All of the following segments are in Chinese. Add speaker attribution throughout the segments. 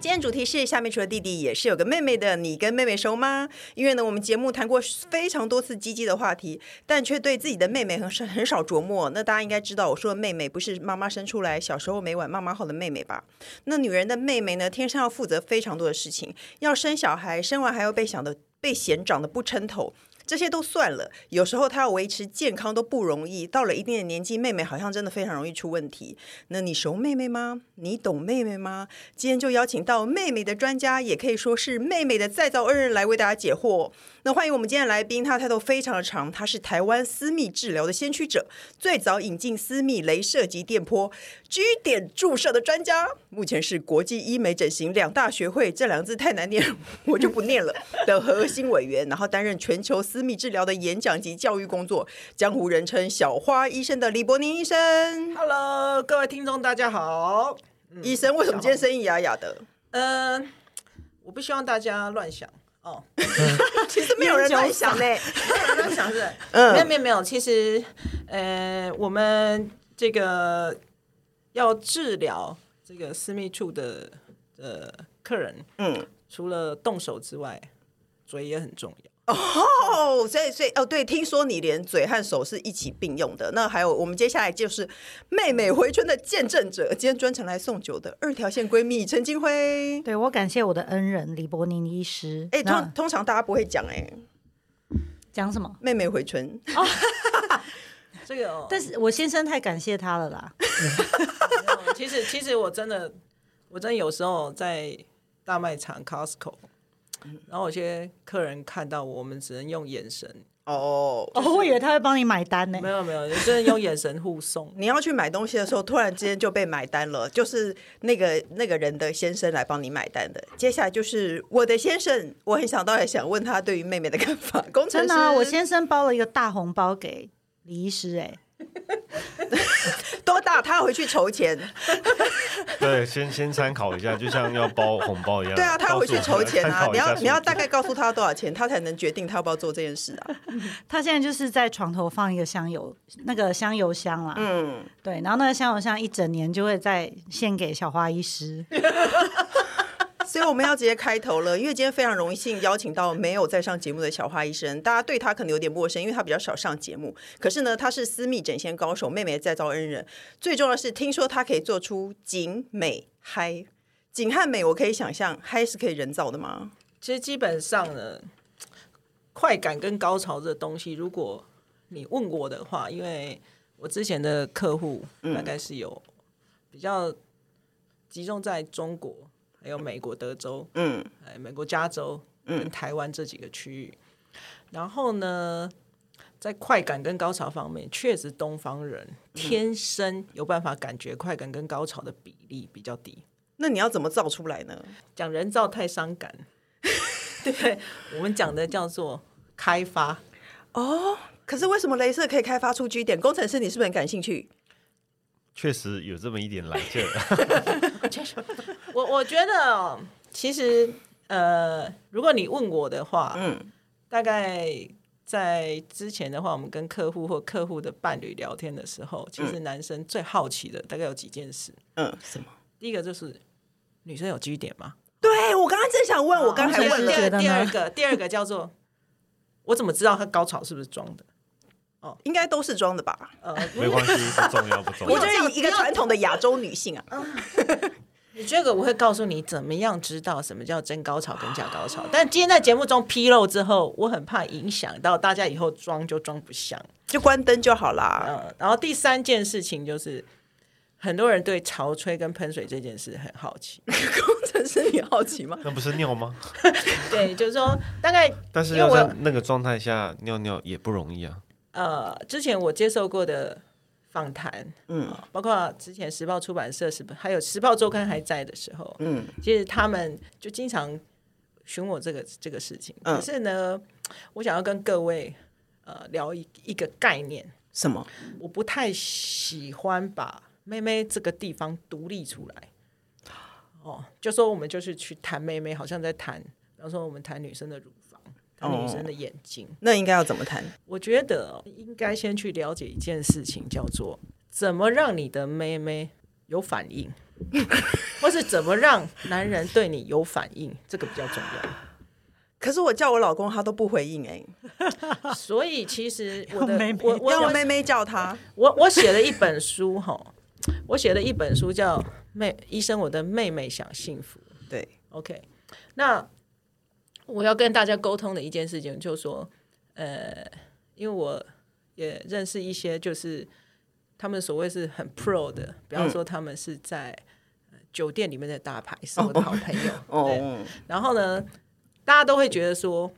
Speaker 1: 今天主题是下面除了弟弟也是有个妹妹的，你跟妹妹熟吗？因为呢，我们节目谈过非常多次鸡鸡的话题，但却对自己的妹妹很少很少琢磨。那大家应该知道，我说的妹妹不是妈妈生出来，小时候每晚妈妈好的妹妹吧？那女人的妹妹呢，天生要负责非常多的事情，要生小孩，生完还要被想的被嫌长得不称头。这些都算了，有时候她要维持健康都不容易。到了一定的年纪，妹妹好像真的非常容易出问题。那你熟妹妹吗？你懂妹妹吗？今天就邀请到妹妹的专家，也可以说是妹妹的再造恩人来为大家解惑。那欢迎我们今天的来宾，他的态度非常的长，他是台湾私密治疗的先驱者，最早引进私密镭射及电波居点注射的专家，目前是国际医美整形两大学会，这两个字太难念，我就不念了的核心委员，然后担任全球私密治疗的演讲及教育工作，江湖人称小花医生的李伯宁医生。
Speaker 2: Hello，各位听众，大家好。
Speaker 1: 医生为什么今天声音哑哑的？
Speaker 2: 嗯、我不希望大家乱想哦，
Speaker 1: 其实没有人在嗯想嗯
Speaker 2: 欸
Speaker 1: 嘞。
Speaker 2: 乱想是，没有没有没有。其实，呃，我们这个要治疗这个私密处的呃客人，
Speaker 1: 嗯，
Speaker 2: 除了动手之外，嘴也很重要。
Speaker 1: 哦，所以所以哦，对，听说你连嘴和手是一起并用的。那还有，我们接下来就是妹妹回春的见证者，今天专程来送酒的二条线闺蜜陈金辉。
Speaker 3: 对我感谢我的恩人李伯宁医师。
Speaker 1: 哎、
Speaker 3: 那
Speaker 1: 通通常大家不会讲哎、
Speaker 3: 讲什么？
Speaker 1: 妹妹回 春，
Speaker 2: 这个、哦，
Speaker 3: 但是我先生太感谢他了啦。
Speaker 2: 没有嗯其实其实我真的，我真的有时候在大卖场 Costco，然后有些客人看到我，我们只能用眼神，
Speaker 1: 哦。
Speaker 3: 哦，我以为他会帮你买单呢
Speaker 2: 没。有没有，真的用眼神互送。
Speaker 1: 你要去买东西的时候，突然之间就被买单了，就是那个那个人的先生来帮你买单的。接下来就是我的先生，我很想到也想问他对于妹妹的看法。工程
Speaker 3: 真
Speaker 1: 师，
Speaker 3: 的啊，我先生包了一个大红包给李医师、哎，
Speaker 1: 多大？他要回去筹钱。
Speaker 4: 对，先先参考一下，就像要包红包一样。
Speaker 1: 对啊，他要回去筹钱啊！
Speaker 4: 呃告诉
Speaker 1: 你
Speaker 4: 我们参考
Speaker 1: 要
Speaker 4: 一下
Speaker 1: 你要大概告诉他多少钱，他 才能决定他要不要做这件事啊。
Speaker 3: 他现在就是在床头放一个香油，那个香油箱啦。
Speaker 1: 嗯，
Speaker 3: 对，然后那个香油箱一整年就会再献给小花医师。
Speaker 1: 所以我们要直接开头了，因为今天非常荣幸邀请到没有在上节目的小花医生，大家对他可能有点陌生，因为他比较少上节目。可是呢，他是私密整形高手，妹妹的再造恩人。最重要的是，听说他可以做出景美嗨。景和美，我可以想象，嗨是可以人造的吗？
Speaker 2: 其实基本上呢，快感跟高潮这东西，如果你问我的话，因为我之前的客户大概是有比较集中在中国、还有美国德州、
Speaker 1: 嗯，
Speaker 2: 哎，美国加州跟台湾这几个区域。然后呢，在快感跟高潮方面，确实东方人天生有办法感觉快感跟高潮的比例比较低。
Speaker 1: 那你要怎么造出来呢？
Speaker 2: 讲人造太伤 感，对不对？我们讲的叫做 开发。
Speaker 1: 可是为什么镭射可以开发出 G 点？工程师，你是不是很感兴趣？
Speaker 4: 确实有这么一点来劲儿。
Speaker 2: 我我觉得哦其实呃，如果你问我的话，
Speaker 1: 嗯
Speaker 2: 大概在之前的话，我们跟客户或客户的伴侣聊天的时候，其实男生最好奇的大概有几件事。
Speaker 1: 嗯，什么？
Speaker 2: 第一个就是女生有基点吗？
Speaker 1: 对，我刚刚正想问，我刚才
Speaker 2: 第
Speaker 1: 问
Speaker 3: 哦工程师
Speaker 1: 的
Speaker 3: 觉
Speaker 2: 二第二
Speaker 3: 得呢
Speaker 2: 个第二个叫做我怎么知道她高潮是不是装的？
Speaker 1: 应该都是装的吧？
Speaker 2: 呃，
Speaker 4: 没关系，不重要，不 重
Speaker 1: 我
Speaker 4: 要
Speaker 1: 觉。
Speaker 2: 这
Speaker 1: 得
Speaker 2: 样
Speaker 1: 以一个
Speaker 2: 不要
Speaker 1: 传统的亚洲女性啊，
Speaker 2: 这个我会告诉你怎么样知道什么叫真高潮跟假高潮。但今天在节目中披露之后，我很怕影响到大家以后装就装不像。
Speaker 1: 就关灯就好 啦。
Speaker 2: 嗯，然后第三件事情就是，很多人对潮吹跟喷水这件事很好奇。
Speaker 1: 工程师，你好奇吗？
Speaker 4: 那不是尿吗？
Speaker 2: 对，就是说，大概
Speaker 4: 但是
Speaker 2: 因为
Speaker 4: 要
Speaker 2: 我
Speaker 4: 在那个状态下尿尿也不容易啊。
Speaker 2: 呃，之前我接受过的访谈，
Speaker 1: 嗯
Speaker 2: 嗯，包括之前时报出版社是不，还有时报周刊还在的时候，
Speaker 1: 嗯
Speaker 2: 嗯，其实他们就经常询我这个这个事情。
Speaker 1: 嗯
Speaker 2: 可是呢，我想要跟各位呃聊一一个概念，
Speaker 1: 什么？
Speaker 2: 我不太喜欢把妹妹这个地方独立出来。哦，就说我们就是去谈妹妹，好像在谈，比方说我们谈女生的乳房，谈女生的眼睛。
Speaker 1: 那应该要怎么谈？
Speaker 2: 我觉得应该先去了解一件事情，叫做怎么让你的妹妹有反应， 或是怎么让男人对你有反应，这个比较重要。
Speaker 1: 可是我叫我老公，他都不回应哎、
Speaker 2: 所以其实我的
Speaker 3: 要妹妹
Speaker 2: 我我
Speaker 1: 让我
Speaker 2: 我
Speaker 1: 妹妹叫他。
Speaker 2: 我我写了一本书哈，我写了一本书叫《妹医生我的妹妹想幸福》。
Speaker 1: 对，
Speaker 2: OK，那我要跟大家沟通的一件事情就是说，呃，因为我也认识一些，就是他们所谓是很 pro 的，比方说他们是在呃酒店里面的大牌，是我的好朋友。对，
Speaker 1: 哦，
Speaker 2: 然后呢，大家都会觉得说，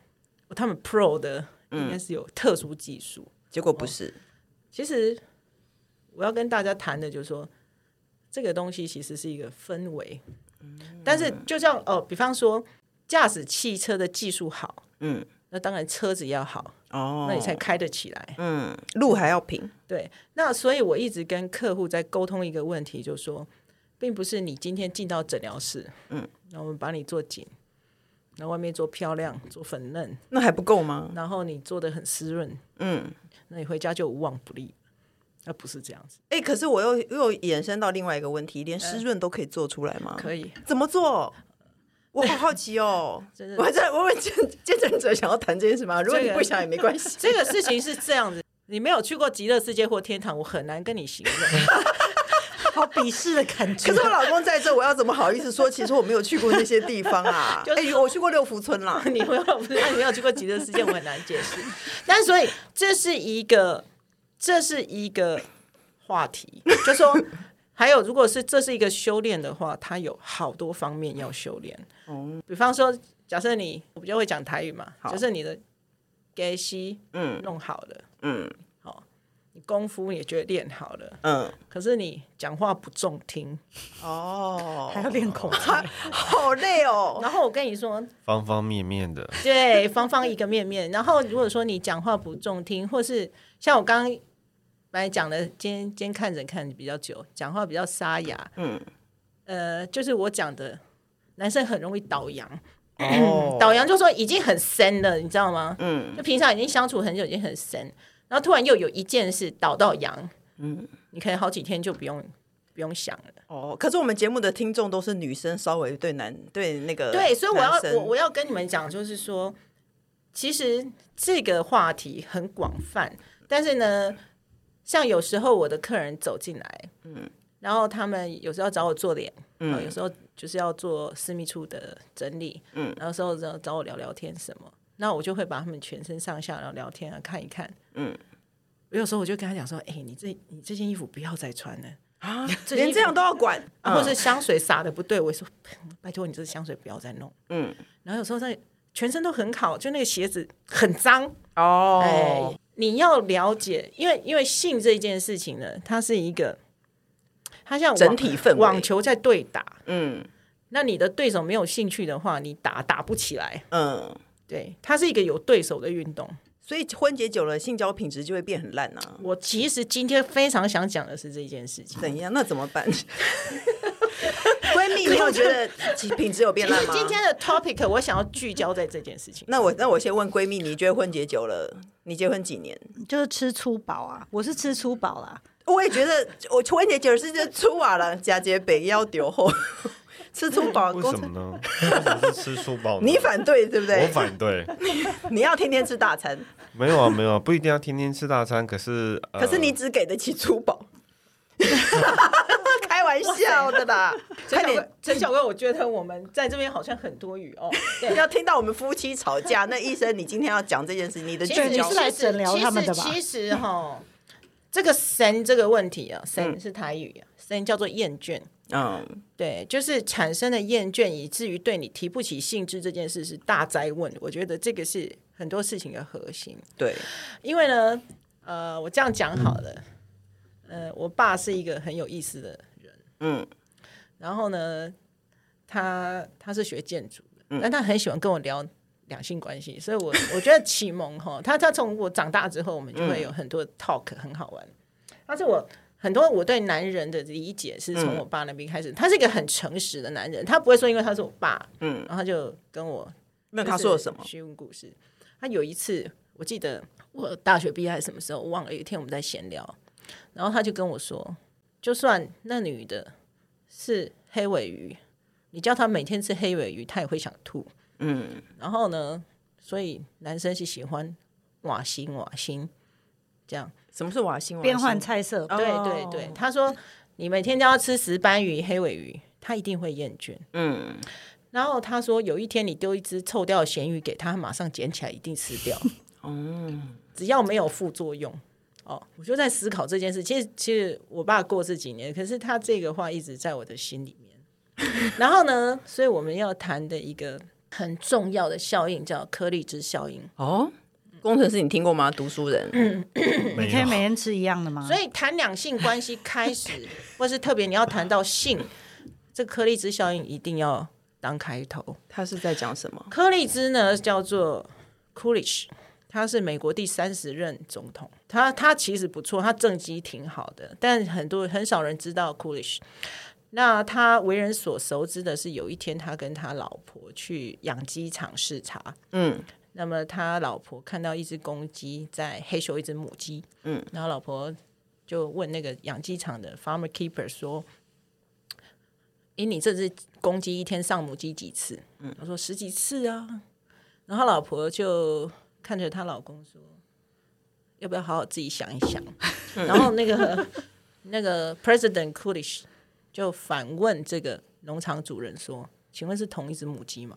Speaker 2: 哦他们 pro 的应
Speaker 1: 嗯
Speaker 2: 该是有特殊技术。
Speaker 1: 结果不是，
Speaker 2: 其实我要跟大家谈的就是说，这个东西其实是一个氛围，
Speaker 1: 嗯
Speaker 2: 但是就像哦、呃比方说驾驶汽车的技术好，
Speaker 1: 嗯，
Speaker 2: 那当然车子要好，
Speaker 1: 哦，
Speaker 2: 那你才开得起来。
Speaker 1: 嗯，路还要平，
Speaker 2: 对，那所以我一直跟客户在沟通一个问题，就是说，并不是你今天进到诊疗室，嗯，然后我们把你做紧，然后外面做漂亮、做粉嫩，
Speaker 1: 那还不够吗？
Speaker 2: 然后你做的很湿润，
Speaker 1: 嗯，
Speaker 2: 那你回家就无往不利。那不是这样子，
Speaker 1: 哎、可是我又又延伸到另外一个问题，连湿润都嗯可以做出来吗？
Speaker 2: 可以。
Speaker 1: 怎么做？我好好奇 哦，
Speaker 2: 真的
Speaker 1: 我还在我问见见证者想要谈这件事吗？如果你
Speaker 2: 这个。
Speaker 1: 不想也没关系
Speaker 2: 这个事情是这样子，你没有去过极乐世界或天堂，我很难跟你形容。
Speaker 3: 好鄙视的感觉。
Speaker 1: 可是我老公在这，我要怎么好意思说？其实我没有去过那些地方啊。
Speaker 2: 就
Speaker 1: 哎、我去过六福村啦。
Speaker 2: 你没有，不是你没有去过极乐世界，我很难解 释。但所以这是一个，这是一个话题，就说还有，如果是这是一个修炼的话，它有好多方面要修炼。哦，比方说，假设你我比较会讲台语嘛，
Speaker 1: 好
Speaker 2: 假设你的 gay 西
Speaker 1: 嗯
Speaker 2: 弄好了，
Speaker 1: 嗯
Speaker 2: 你功夫也觉得练好了，
Speaker 1: 嗯，
Speaker 2: 可是你讲话不中听，
Speaker 1: 哦，
Speaker 3: 还要练口才，
Speaker 1: 好累哦。
Speaker 2: 然后我跟你说，
Speaker 4: 方方面面的，
Speaker 2: 对，方方一个面面。然后如果说你讲话不中听，或是像我刚刚本来讲的，今天今天看诊看得比较久，讲话比较沙哑，
Speaker 1: 嗯，
Speaker 2: 呃，就是我讲的，男生很容易倒洋，
Speaker 1: 哦
Speaker 2: 倒洋就说已经很深了，你知道吗？
Speaker 1: 嗯，
Speaker 2: 就平常已经相处很久，已经很深，然后突然又有一件事倒到洋，
Speaker 1: 嗯，
Speaker 2: 你可能好几天就不用不用想了。
Speaker 1: 哦，可是我们节目的听众都是女生，稍微对男对那个
Speaker 2: 对，所以我要
Speaker 1: 男生
Speaker 2: 我我要跟你们讲，就是说，其实这个话题很广泛，但是呢，像有时候我的客人走进来，嗯，然后他们有时候要找我做脸，嗯，有时候就是要做私密处的整理，嗯，然后有时候找找我聊聊天什么，那我就会把他们全身上下聊聊天啊，看一看，嗯。我有时候我就跟他讲说：“哎、你这你这件衣服不要再穿了，
Speaker 1: 啊，
Speaker 2: 这
Speaker 1: 连
Speaker 2: 衣服
Speaker 1: 这样都要嗯管，
Speaker 2: 啊或是香水洒的不对，我也说拜托你这香水不要再弄。
Speaker 1: 嗯
Speaker 2: 然后有时候在全身都很好，就那个鞋子很脏。
Speaker 1: 哦，
Speaker 2: 哎，你要了解，因为因为性这件事情呢，它是一个，它像网
Speaker 1: 整体氛围
Speaker 2: 网球在对打，
Speaker 1: 嗯
Speaker 2: 那你的对手没有兴趣的话，你打打不起来。
Speaker 1: 嗯，
Speaker 2: 对，它是一个有对手的运动。
Speaker 1: 所以婚结久了，性交品质就会变很烂呐、
Speaker 2: 我其实今天非常想讲的是这件事情。
Speaker 1: 怎样？那怎么 办？闺蜜，你有觉得其品质有变
Speaker 2: 其
Speaker 1: 烂
Speaker 2: 实
Speaker 1: 吗？
Speaker 2: 今天的 topic 我想要聚焦在这件事情。
Speaker 1: 那我那我先问闺蜜，你觉得婚结久了，你结婚几年？
Speaker 3: 就是吃粗饱啊，我是吃粗饱啦。
Speaker 1: 我也觉得我婚结久了是这粗瓦了，假节北腰丢后吃粗饱，
Speaker 4: 为什么呢？为什么是吃粗饱呢？
Speaker 1: 你反对对不对？
Speaker 4: 我反对，
Speaker 1: 你要天天吃大餐，
Speaker 4: 没有啊，没有啊，不一定要天天吃大餐，可是、呃、
Speaker 1: 可是你只给得起粗 饱。开玩笑的啦，
Speaker 2: 陈
Speaker 1: 快
Speaker 2: 小
Speaker 1: 点嗯
Speaker 2: 哥，陈小哥，我觉得我们在这边好像很多余哦。对，
Speaker 1: 要听到我们夫妻吵架，那医生，你今天要讲这件事，你的
Speaker 2: 其
Speaker 1: 聚
Speaker 2: 实
Speaker 3: 你
Speaker 1: 焦
Speaker 3: 是来诊疗他们的吧
Speaker 2: 其实其实哈，这个“神”这个问题啊，“神”
Speaker 3: 嗯
Speaker 2: 是台语啊，“神”叫做厌倦。
Speaker 1: 嗯，
Speaker 2: 对，就是产生的厌倦，以至于对你提不起兴致这件事是大灾问。我觉得这个是很多事情的核心。
Speaker 1: 对，
Speaker 2: 因为呢，呃，我这样讲好了，呃，我爸是一个很有意思的人，
Speaker 1: 嗯，
Speaker 2: 然后呢，他他是学建筑的，但他很喜欢跟我聊两性关系，所以我我觉得启蒙哈，他他从我长大之后，我们就会有很多 talk，很好玩。他是我很多我对男人的理解是从我爸那边开始，他是一个很诚实的男人，他不会说因为他是我爸，嗯，然后就跟我
Speaker 1: 那他说了什么？
Speaker 2: 虚无故事。他有一次，我记得我大学毕业还是什么时候，我忘了。有一天我们在闲聊，然后他就跟我说，就算那女的是黑尾鱼，你叫她每天吃黑尾鱼，她也会想吐。嗯，然后呢，所以男生是喜欢瓦星瓦星这样。
Speaker 1: 什么是瓦辛？
Speaker 3: 变换菜色，
Speaker 1: 哦
Speaker 2: 对对对，他说你每天都要吃石斑鱼、黑尾鱼，他一定会厌倦。
Speaker 1: 嗯，
Speaker 2: 然后他说有一天你丢一只臭掉的咸鱼给他，他马上捡起来一定吃掉。
Speaker 1: 嗯，
Speaker 2: 只要没有副作用。哦，我就在思考这件事。其实，其实我爸过这几年，可是他这个话一直在我的心里面。然后呢，所以我们要谈的一个很重要的效应叫颗粒之效应。
Speaker 1: 哦，工程师你听过吗？读书人，
Speaker 4: 没
Speaker 3: 可以
Speaker 4: 有
Speaker 3: 每天吃一样的吗？
Speaker 2: 所以谈两性关系开始，或是特别你要谈到性，这颗粒之效应一定要当开头。
Speaker 1: 他是在讲什么？
Speaker 2: 柯立芝呢叫做 Coolidge，他是美国第三十任总统。他他其实不错，他政绩挺好的，但很多很少人知道 Coolidge。那他为人所熟知的是，有一天他跟他老婆去养鸡场视察，
Speaker 1: 嗯
Speaker 2: 那么他老婆看到一只公鸡在黑咻一只母鸡，嗯，然后老婆就问那个养鸡场的 farmer keeper 说：“诶，你这只公鸡一天上母鸡几次？”嗯，他说十几次啊。然后老婆就看着她老公说：“要不要好好自己想一想？”然后那个那个 president Coolish 就反问这个农场主人说：“请问是同一只母鸡吗？”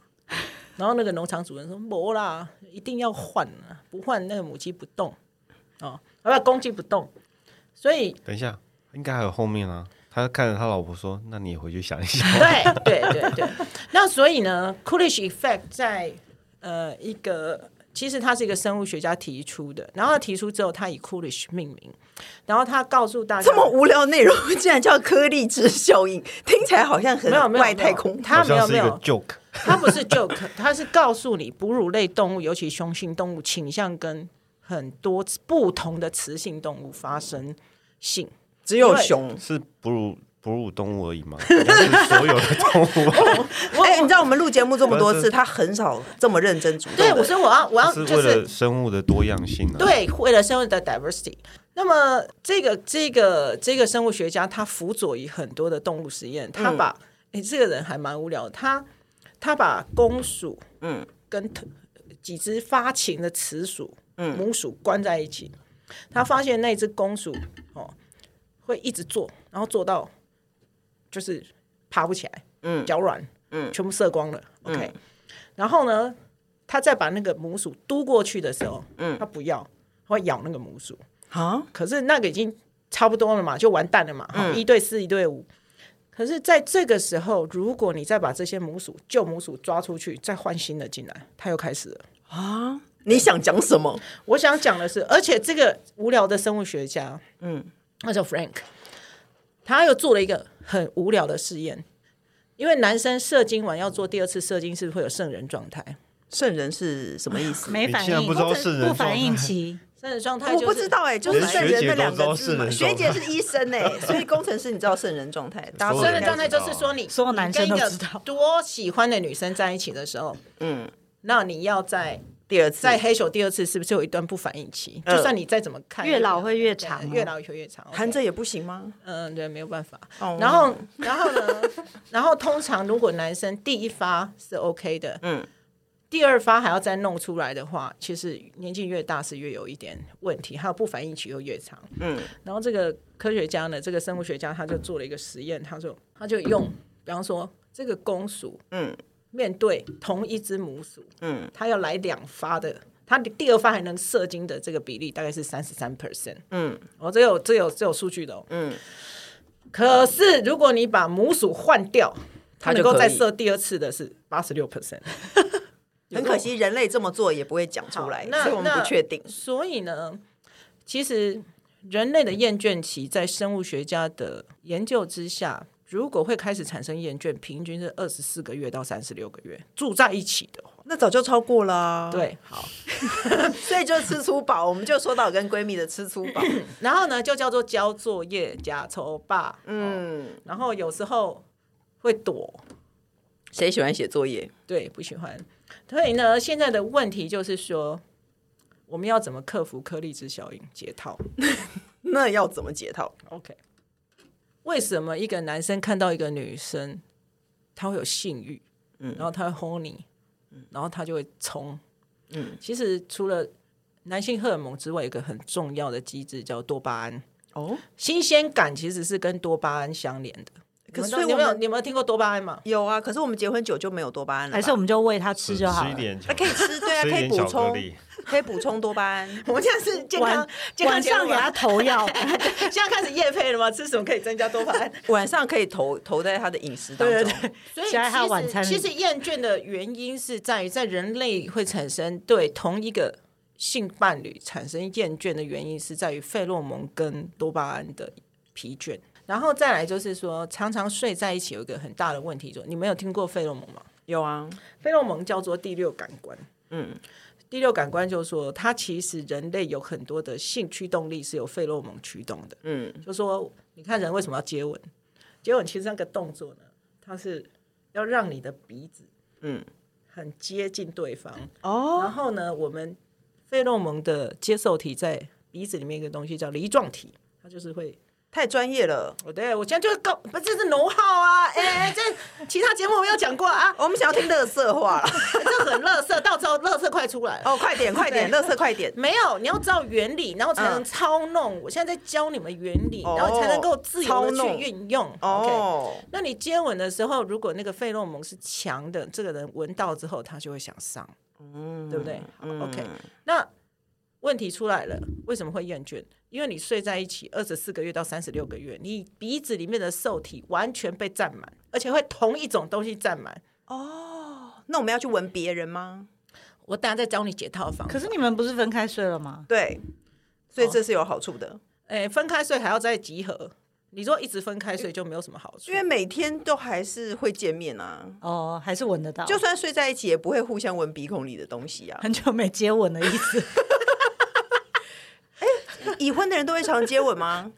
Speaker 2: 然后那个农场主人说：“没啦，一定要换啊，不换那个母鸡不动哦，啊不，公鸡不动。”所以，
Speaker 4: 等一下，应该还有后面啊。他看着他老婆说：“那你也回去想一想。
Speaker 2: 对对对对，那所以呢，Coolidge effect 在呃一个，其实它是一个生物学家提出的，然后他提出之后，他以 Coolidge 命名，然后他告诉大家
Speaker 1: 这么无聊的内容，竟然叫颗粒之效应，听起来好像很
Speaker 2: 没有没有
Speaker 1: 外太空。
Speaker 2: 没有”他
Speaker 4: 好
Speaker 2: 没
Speaker 4: 像
Speaker 2: 有
Speaker 4: 是
Speaker 2: 没
Speaker 4: 一个
Speaker 2: 有，
Speaker 4: joke，
Speaker 2: 它不是 joke，它是告诉你哺乳类动物，尤其雄性动物倾向跟很多不同的雌性动物发生性。
Speaker 1: 只有熊。
Speaker 4: 是哺乳哺乳动物而已吗？ 应该是所有的动物吧，
Speaker 1: 哎、你知道我们录节目这么多
Speaker 4: 我
Speaker 1: 次，他很少这么认真主动。
Speaker 2: 对，我说我要我要
Speaker 4: 是
Speaker 2: 就
Speaker 4: 为
Speaker 2: 是
Speaker 4: 了生物的多样性啊。，
Speaker 2: 对，为了生物的 diversity。那么这个这个这个生物学家他辅佐于很多的动物实验，
Speaker 1: 嗯
Speaker 2: 他把哎、这个人还蛮无聊的，他他把公鼠
Speaker 1: 嗯
Speaker 2: 跟特几只发情的雌鼠
Speaker 1: 嗯
Speaker 2: 母鼠关在一起，他发现那只公鼠哦会一直坐，然后坐到就是爬不起来，
Speaker 1: 嗯
Speaker 2: 脚软，
Speaker 1: 嗯
Speaker 2: 全部射光了，OK，、然后呢，他再把那个母鼠嘟过去的时候，嗯，他不要，它会咬那个母鼠，
Speaker 1: 啊，
Speaker 2: 可是那个已经差不多了嘛，就完蛋了嘛，哈一对四，一对五。可是，在这个时候，如果你再把这些母鼠、旧母鼠抓出去，再换新的进来，它又开始了。
Speaker 1: 你想讲什么？
Speaker 2: 我想讲的是，而且这个无聊的生物学家，嗯，他叫 Frank，他又做了一个很无聊的试验，因为男生射精完要做第二次射精，是会有圣人状态。
Speaker 1: 圣人是什么意思？
Speaker 3: 没
Speaker 4: 你
Speaker 3: 反
Speaker 4: 竟然
Speaker 3: 应，
Speaker 4: 不知道是人
Speaker 3: 不反应
Speaker 4: 状态
Speaker 3: 期，
Speaker 2: 圣人状态、
Speaker 1: 我
Speaker 2: 欸就是，
Speaker 1: 不知道哎、就是
Speaker 4: 连
Speaker 1: 圣人
Speaker 4: 学姐
Speaker 1: 这
Speaker 4: 都
Speaker 1: 两
Speaker 4: 知道
Speaker 1: 个字嘛。
Speaker 4: 圣
Speaker 1: 学
Speaker 4: 人
Speaker 1: 姐
Speaker 4: 状态
Speaker 1: 是医生哎、所以工程师你知道圣人状态，大家都
Speaker 4: 所有
Speaker 2: 生
Speaker 4: 人
Speaker 2: 的
Speaker 4: 都
Speaker 2: 状态就是说你，
Speaker 3: 所有男生都知道
Speaker 2: 你跟一个多喜欢的女生在一起的时候，
Speaker 1: 嗯
Speaker 2: 嗯，那你要在
Speaker 1: 第二次
Speaker 2: 在黑手第二次是不是有一段不反应期？
Speaker 1: 嗯
Speaker 2: 就算你再怎么看，
Speaker 3: 越老会越长
Speaker 2: 对
Speaker 3: 哦
Speaker 2: 越老会越长。
Speaker 1: 含
Speaker 2: OK
Speaker 1: 着也不行吗？
Speaker 2: 嗯，对，没有办法。
Speaker 1: 哦
Speaker 2: 然后，然后呢？然后通常如果男生第一发是 OK 的，
Speaker 1: 嗯
Speaker 2: 嗯，第二发还要再弄出来的话，其实年纪越大是越有一点问题，还有不反应期又越长。
Speaker 1: 嗯
Speaker 2: 嗯，然后这个科学家呢，这个生物学家他就做了一个实验，他说他就用，比方说这个公鼠，
Speaker 1: 嗯
Speaker 2: 嗯，面对同一只母鼠，
Speaker 1: 嗯
Speaker 2: 嗯，它要来两发的。它第二发还能射精的这个比例大概是三十三 percent，
Speaker 1: 嗯
Speaker 2: 哦，这有这有这有数据的哦。
Speaker 1: 嗯，
Speaker 2: 可是如果你把母鼠换掉，
Speaker 1: 它
Speaker 2: 它
Speaker 1: 就
Speaker 2: 能够
Speaker 1: 可以
Speaker 2: 再射第二次的是八十六 percent，
Speaker 1: 很可惜人类这么做也不会讲出来，
Speaker 2: 那
Speaker 1: 所以我们
Speaker 2: 那
Speaker 1: 不确定。
Speaker 2: 所以呢，其实人类的厌倦期在生物学家的研究之下，如果会开始产生厌倦，平均是二十四个月到三十六个月，住在一起的话，
Speaker 1: 那早就超过了、啊。，
Speaker 2: 对，好，
Speaker 1: 所以就吃粗饱，我们就说到跟闺蜜的吃粗饱。
Speaker 2: 然后呢就叫做交作业、假愁吧，嗯，
Speaker 1: 嗯，
Speaker 2: 然后有时候会躲，
Speaker 1: 谁喜欢写作业？
Speaker 2: 对，不喜欢。所以呢，现在的问题就是说，我们要怎么克服颗粒之效应解套
Speaker 1: 那要怎么解套？
Speaker 2: ？OK，为什么一个男生看到一个女生，他会有性欲，嗯，然后他会轰你，然后他就会冲，嗯，其实除了男性荷尔蒙之外，有一个很重要的机制叫多巴胺。
Speaker 1: 哦，
Speaker 2: 新鲜感其实是跟多巴胺相连的。
Speaker 1: 可是
Speaker 2: 你们
Speaker 1: 所以
Speaker 2: 都
Speaker 1: 我
Speaker 2: 你们有
Speaker 1: 们
Speaker 2: 你们有听过多巴胺吗？
Speaker 1: 有啊，可是我们结婚久就没有多巴胺了吧，
Speaker 3: 还是我们就喂它吃
Speaker 4: 吃
Speaker 3: 就好
Speaker 4: 一
Speaker 3: 了。
Speaker 4: 点巧，
Speaker 1: 那可以吃，对啊，
Speaker 4: 吃一
Speaker 1: 可以
Speaker 4: 点
Speaker 1: 补
Speaker 4: 巧克
Speaker 1: 充
Speaker 4: 力，，
Speaker 1: 可以补充多巴胺。
Speaker 2: 我们现在 是健康
Speaker 3: 晚
Speaker 2: 健康
Speaker 3: 晚
Speaker 2: 节目啊
Speaker 3: 上给
Speaker 2: 吗
Speaker 3: 它投 药，
Speaker 2: 现在开始夜配 了吗？吃什么可以增加多巴胺？
Speaker 1: 晚上可以投投在他的饮食当中。
Speaker 2: 对对 所以
Speaker 3: 现在还有晚
Speaker 2: 其
Speaker 3: 餐
Speaker 2: 实其实厌倦的原因是在于，在人类会产生对同一个性伴侣产生厌倦的原因是在于费洛蒙跟多巴胺的疲倦。然后再来就是说，常常睡在一起有一个很大的问题，就你们有听过费洛蒙吗？
Speaker 1: 有啊，
Speaker 2: 费洛蒙叫做第六感官。
Speaker 1: 嗯，
Speaker 2: 第六感官就是说，它其实人类有很多的性驱动力是由费洛蒙驱动的。
Speaker 1: 嗯，
Speaker 2: 就说你看人为什么要接吻？接吻其实那个动作呢，它是要让你的鼻子
Speaker 1: 嗯
Speaker 2: 很接近对方。
Speaker 1: 哦，
Speaker 2: 然后呢，我们费洛蒙的接受体在鼻子里面一个东西叫梨状体，它就是会。
Speaker 1: 太专业了。
Speaker 2: 哦，对，我现在就是告，不是这是脓号啊！哎、这其他节目我没有讲过啊，
Speaker 1: 哦我们想要听乐色话了，
Speaker 2: 这很乐色，到时候乐色快出来了。
Speaker 1: 哦，快点快点，乐色快点，
Speaker 2: 没有，你要知道原理，然后才能
Speaker 1: 嗯
Speaker 2: 操弄。我现在在教你们原理，
Speaker 1: 哦
Speaker 2: 然后才能够自由
Speaker 1: 操
Speaker 2: 的
Speaker 1: 弄
Speaker 2: 去运用。OK，
Speaker 1: 哦
Speaker 2: 那你接吻的时候，如果那个费洛蒙是强的，这个人闻到之后，他就会想上，
Speaker 1: 嗯
Speaker 2: 对不对、好 o k 那问题出来了，为什么会厌倦？因为你睡在一起二十四个月到三十六个月，你鼻子里面的受体完全被占满，而且会同一种东西占满。
Speaker 1: 那我们要去闻别人吗？
Speaker 2: 我等下再教你解套方法。
Speaker 3: 可是你们不是分开睡了吗？
Speaker 1: 对，所以这是有好处的，
Speaker 2: 哎，分开睡还要再集合。你说一直分开睡就没有什么好处，
Speaker 1: 因为每天都还是会见面啊，
Speaker 3: 哦，还是闻得到，
Speaker 1: 就算睡在一起也不会互相闻鼻孔里的东 西啊。
Speaker 3: 很久没接吻的意思。
Speaker 1: 已婚的人都会常接吻 吗？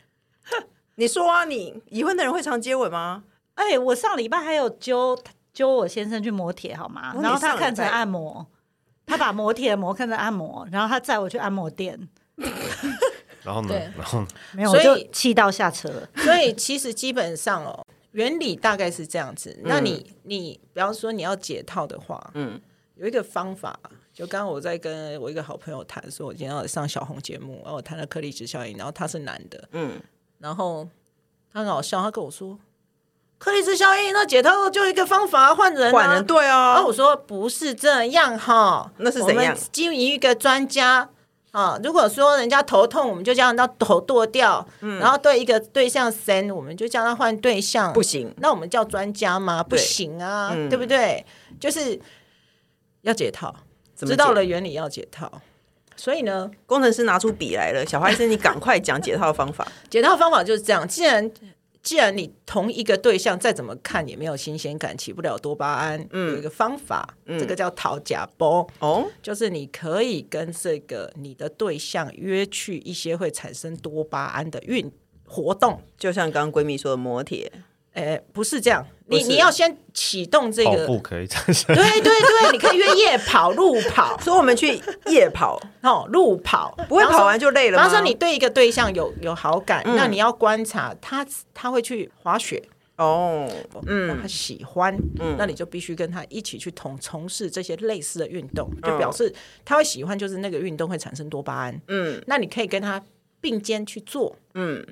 Speaker 1: 你说啊你，已婚的人会常接吻吗？
Speaker 3: 哎、我上礼拜还有揪揪我先生去摩铁，好吗？
Speaker 1: 哦
Speaker 3: 然后
Speaker 1: 你上
Speaker 3: 他
Speaker 1: 礼
Speaker 3: 看成
Speaker 1: 拜
Speaker 3: 按摩，他把摩铁的膜看成按摩，然后他载我去按摩店，
Speaker 4: 然后呢
Speaker 2: 对，
Speaker 4: 然后呢
Speaker 3: 没有，
Speaker 2: 所
Speaker 3: 我
Speaker 2: 以
Speaker 3: 就气到下车了。
Speaker 2: 所以其实基本上哦，原理大概是这样子。那你你比方说你要解套的话，
Speaker 1: 嗯
Speaker 2: 嗯，有一个方法，就刚刚我在跟我一个好朋友谈，说我今天要上小红节目，然后我谈了颗粒值效应，然后他是男的，
Speaker 1: 嗯，
Speaker 2: 然后他很好笑，他跟我说颗粒值效应，那解套就一个方法，换人、啊，
Speaker 1: 换人对啊
Speaker 2: 然后，我说不是这样哈，
Speaker 1: 那是怎样
Speaker 2: 我们基于一个专家啊，如果说人家头痛，我们就叫人家头剁掉，
Speaker 1: 嗯
Speaker 2: 然后对一个对象生，我们就叫他换对象，
Speaker 1: 不行嗯
Speaker 2: 那我们叫专家吗？不行啊，对不对？就是要解套，
Speaker 1: 怎么解
Speaker 2: 知道了原理要解套，所以呢，
Speaker 1: 工程师拿出笔来了，小花医生，你赶快讲解套方 法。
Speaker 2: 解套方法就是这样，既然既然你同一个对象再怎么看也没有新鲜感，起不了多巴胺，
Speaker 1: 嗯
Speaker 2: 有一个方法，这个叫讨假包。
Speaker 1: 哦，
Speaker 2: 就是你可以跟这个你的对象约去一些会产生多巴胺的运活动。
Speaker 1: 就像刚刚闺蜜说的磨铁，
Speaker 2: 诶，不是这样，你
Speaker 1: 不是
Speaker 2: 你要先启动这
Speaker 4: 跑
Speaker 2: 个。
Speaker 4: 步可以产生
Speaker 2: 对对对，你可以约夜跑、路 跑，
Speaker 1: 所以我们去夜 跑，
Speaker 2: 哦，路跑
Speaker 1: 不会跑完就累
Speaker 2: 比
Speaker 1: 了吗？嗯
Speaker 2: 方说，你对一个对象有有好感，那你要观察他，他会去滑雪，
Speaker 1: 哦，
Speaker 2: 嗯，他喜欢，那你就必须跟他一起去同从事这些类似的运动，就表示他会喜欢，就是那个运动会产生多巴胺，
Speaker 1: 嗯
Speaker 2: 嗯，那你可以跟他并肩去做，
Speaker 1: 嗯，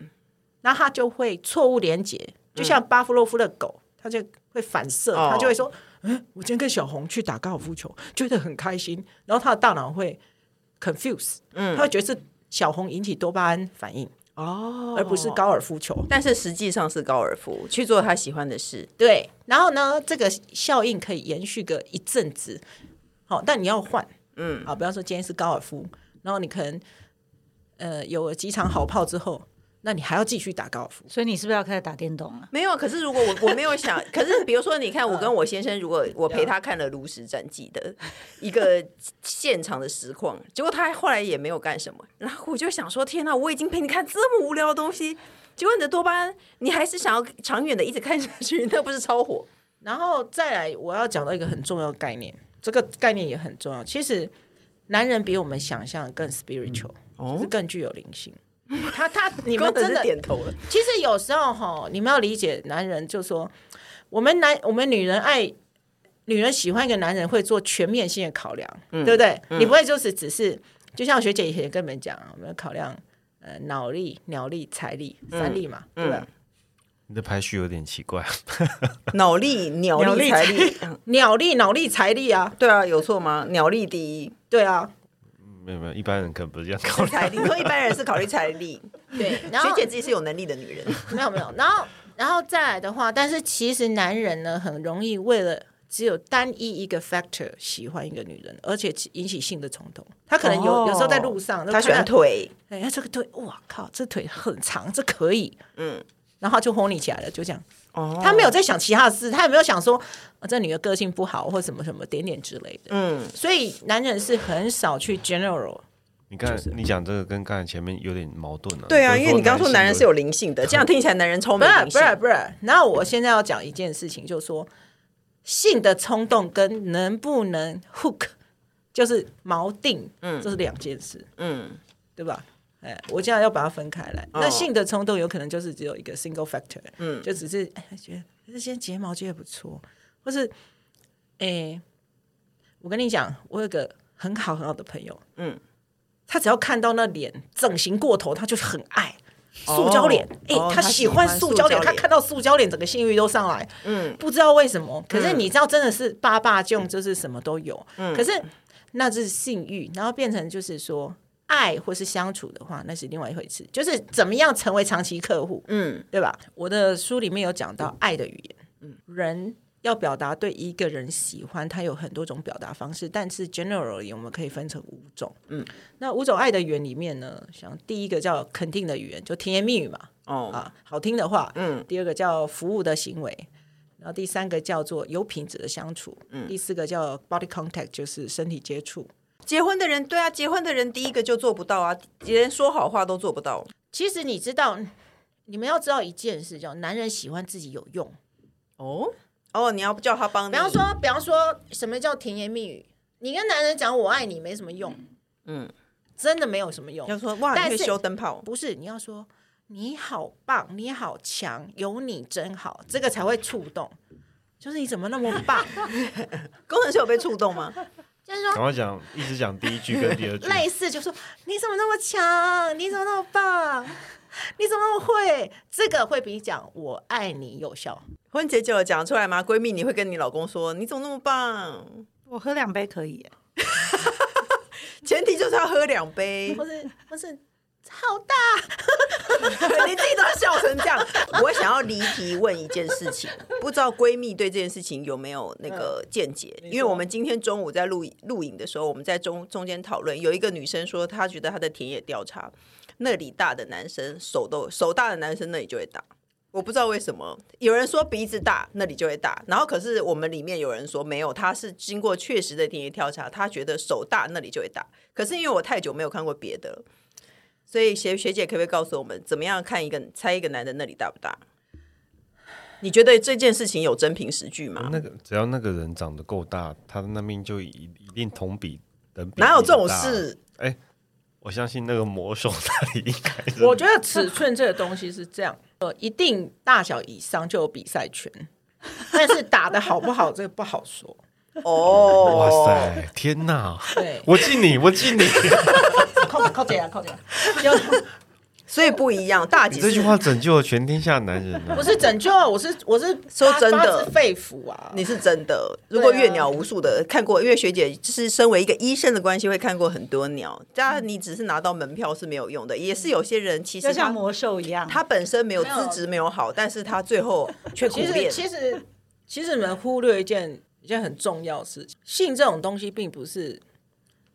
Speaker 2: 那他就会错误连结，就像巴甫洛夫的狗，他就会反射，
Speaker 1: 哦
Speaker 2: 他就会说，嗯、我今天跟小红去打高尔夫球，觉得很开心，然后他的大脑会 confuse，嗯，他会觉得是小红引起多巴胺反应，
Speaker 1: 哦，
Speaker 2: 而不是高尔夫球，
Speaker 1: 但是实际上是高尔夫，去做他喜欢的事。
Speaker 2: 对，然后呢，这个效应可以延续个一阵子。好、但你要换，嗯，好，比方说今天是高尔夫，然后你可能呃有了几场好炮之后，那你还要继续打高尔夫。
Speaker 3: 所以你是不是要开始打电动了？
Speaker 1: 没有，啊可是如果我我没有 想，可是比如说，你看我跟我先生，如果我陪他看了《炉石战记》 的一个现场的实况，结果他后来也没有干什么，然后我就想说，天哪，我已经陪你看这么无聊的东西，结果你的多巴胺，你还是想要长远的一直看下去，那不是超火？
Speaker 2: 然后再来，我要讲到一个很重要的概念，这个概念也很重要。其实男人比我们想象更 spiritual，、就是更具有灵性。他他，你
Speaker 1: 你
Speaker 2: 们真的
Speaker 1: 点头 了，
Speaker 2: 其实有时候哈，你们要理解男人，就说我们男我们女人爱女人喜欢一个男人，会做全面性的考量，对不对？你不会就是只是，就像学姐以前跟你们讲，我们考量呃脑力、鸟力、财力三力嘛，对吧？
Speaker 4: 你的排序有点奇怪。啊
Speaker 1: 脑力、鸟
Speaker 3: 鸟
Speaker 1: 力、
Speaker 3: 力
Speaker 1: 财力，嗯
Speaker 2: 鸟力、脑力、财力啊，
Speaker 1: 对啊，有错吗？鸟力第 一，
Speaker 2: 对啊。
Speaker 4: 没有没有，一般人可能不是这样考虑。
Speaker 1: 财力，你说一般人是考虑财 力，
Speaker 2: 对，然
Speaker 1: 学
Speaker 2: 后
Speaker 1: 姐自己是有能力的女 人，
Speaker 2: 没有没 有，然后然后再来的话，但是其实男人呢，很容易为了只有单一一个 factor 喜欢一个女人，而且起引起性的冲动。他可能有、有时候在路上，
Speaker 1: 哦她喜欢，腿，
Speaker 2: 哎，他这个腿，哇靠，这腿很长，这可以，嗯，然后他就轰你起来了，就这样。
Speaker 1: 哦
Speaker 2: 他没有在想其他的事，他也没有想说、啊这女的个性不好或什么什么点点之类的。
Speaker 1: 嗯，
Speaker 2: 所以男人是很少去 general
Speaker 4: 你刚才你讲这个跟刚才前面有点矛盾了、啊。
Speaker 1: 对啊，因为你刚刚说男人是有
Speaker 4: 有
Speaker 1: 灵性 的，这样听起来男人超没
Speaker 2: 不是
Speaker 1: 灵
Speaker 2: 不
Speaker 1: 性。
Speaker 2: 是不是，那我现在要讲一件事情，就是说性的冲动跟能不能 hook 就是锚定，嗯，这是两件事，
Speaker 1: 嗯，
Speaker 2: 对吧？哎，我现在要把它分开来。
Speaker 1: 哦
Speaker 2: 那性的冲动有可能就是只有一个 single factor，嗯，就只是哎觉得这些睫毛觉得不错，或是哎，我跟你讲，我有个很好很好的朋友，嗯，他只要看到那脸整形过头，他就很爱。塑胶脸，哎、
Speaker 1: 哦他
Speaker 2: 他喜
Speaker 1: 喜
Speaker 2: 欢
Speaker 1: 欢
Speaker 2: 塑
Speaker 1: 塑胶
Speaker 2: 胶脸，他
Speaker 1: 脸
Speaker 2: 看到塑胶脸，整个性欲都上来。嗯，不知道为什么，可是你知道，真的是爸爸就就是什么都有。可是那是性欲，然后变成就是说爱或是相处的话，那是另外一回事。就是怎么样成为长期客户，嗯，对吧？我的书里面有讲到爱的语言，嗯，人。要表达对一个人喜欢，他有很多种表达方式，但是 generally 我们可以分成五种。嗯，那五种爱的语言里面呢，像第一个叫肯定的语言，就甜言蜜语嘛，
Speaker 1: 哦，
Speaker 2: 啊，好听的话，嗯，第二个叫服务的行为，然后第三个叫做有品质的相处，嗯，第四个叫 body contact，就是身体接触。
Speaker 1: 结婚的人对啊，结婚的人第一个就做不到啊，连说好话都做不到。
Speaker 2: 其实你知道，你们要知道一件事，叫男人喜欢自己有用。
Speaker 1: 哦哦，你要叫他帮你，
Speaker 2: 比方说，比方说，什么叫甜言蜜语？你跟男人讲我爱你没什么用，嗯，真的没有什么用
Speaker 1: 要。说哇，
Speaker 2: 但
Speaker 1: 你会
Speaker 2: 是
Speaker 1: 修灯泡，
Speaker 2: 不是，你要说你好棒，你好强，有你真好，这个才会触动。就是你怎么那么棒？
Speaker 1: 工程师有被触动吗？
Speaker 2: 就是说
Speaker 4: 赶快讲，一直讲第一句跟第二 句。
Speaker 2: 类似就说你怎么那么强，你怎么那么棒，你怎么那么会，这个会比讲我爱你有效。
Speaker 1: 婚前就有讲出来吗？闺蜜，你会跟你老公说你怎么那么棒？
Speaker 3: 我喝两杯可以耶，
Speaker 1: 前提就是要喝两杯
Speaker 2: 或， 是或是好大，
Speaker 1: 你自己都要笑成这样。我想要离题问一件事情，不知道闺蜜对这件事情有没有那个见解？因为我们今天中午在录录影的时候，我们在中中间讨论，有一个女生说她觉得她的田野调查那里大的男生手都手大的男生那里就会大。我不知道为什么有人说鼻子大那里就会大，然后可是我们里面有人说没有，他是经过确实的田野调查，他觉得手大那里就会大。可是因为我太久没有看过别的了，所以学学姐可不可以告诉我们怎么样看一个猜一个男的那里大不大？你觉得这件事情有真凭实据吗？
Speaker 4: 那个只要那个人长得够大，他的那边就一一定同比等比。
Speaker 1: 哪有这种？事？
Speaker 4: 哎，我相信那个魔兽那里应该是
Speaker 2: 我觉得尺寸这个东西是这样，呃，一定大小以上就有比赛权，但是打的好不好这个不好说。
Speaker 1: 哦，
Speaker 4: 哇！塞，天哪！
Speaker 2: 对，
Speaker 4: 我敬你，我敬 你。
Speaker 2: 靠靠姐啊，靠姐、啊，
Speaker 1: 所以不一样，大
Speaker 4: 你
Speaker 1: 几
Speaker 4: 这句
Speaker 1: 是
Speaker 4: 话拯救了全天下男人啊
Speaker 2: 不！是拯救啊，我是我是
Speaker 1: 说
Speaker 2: 发
Speaker 1: 真的
Speaker 2: 发自肺腑啊，
Speaker 1: 你是真的。如果阅鸟无数的看过，因为学姐是身为一个医生的关系，会看过很多鸟。但
Speaker 2: 嗯
Speaker 1: 你只是拿到门票是没有用的，也是有些人其
Speaker 3: 就
Speaker 1: 实
Speaker 3: 像
Speaker 1: 他
Speaker 3: 魔兽一样。
Speaker 1: 他本身没有资质没有好，但是他最后却苦
Speaker 2: 其实
Speaker 1: 练。
Speaker 2: 其实其实你们忽略一件一件很重要的事情，性这种东西并不是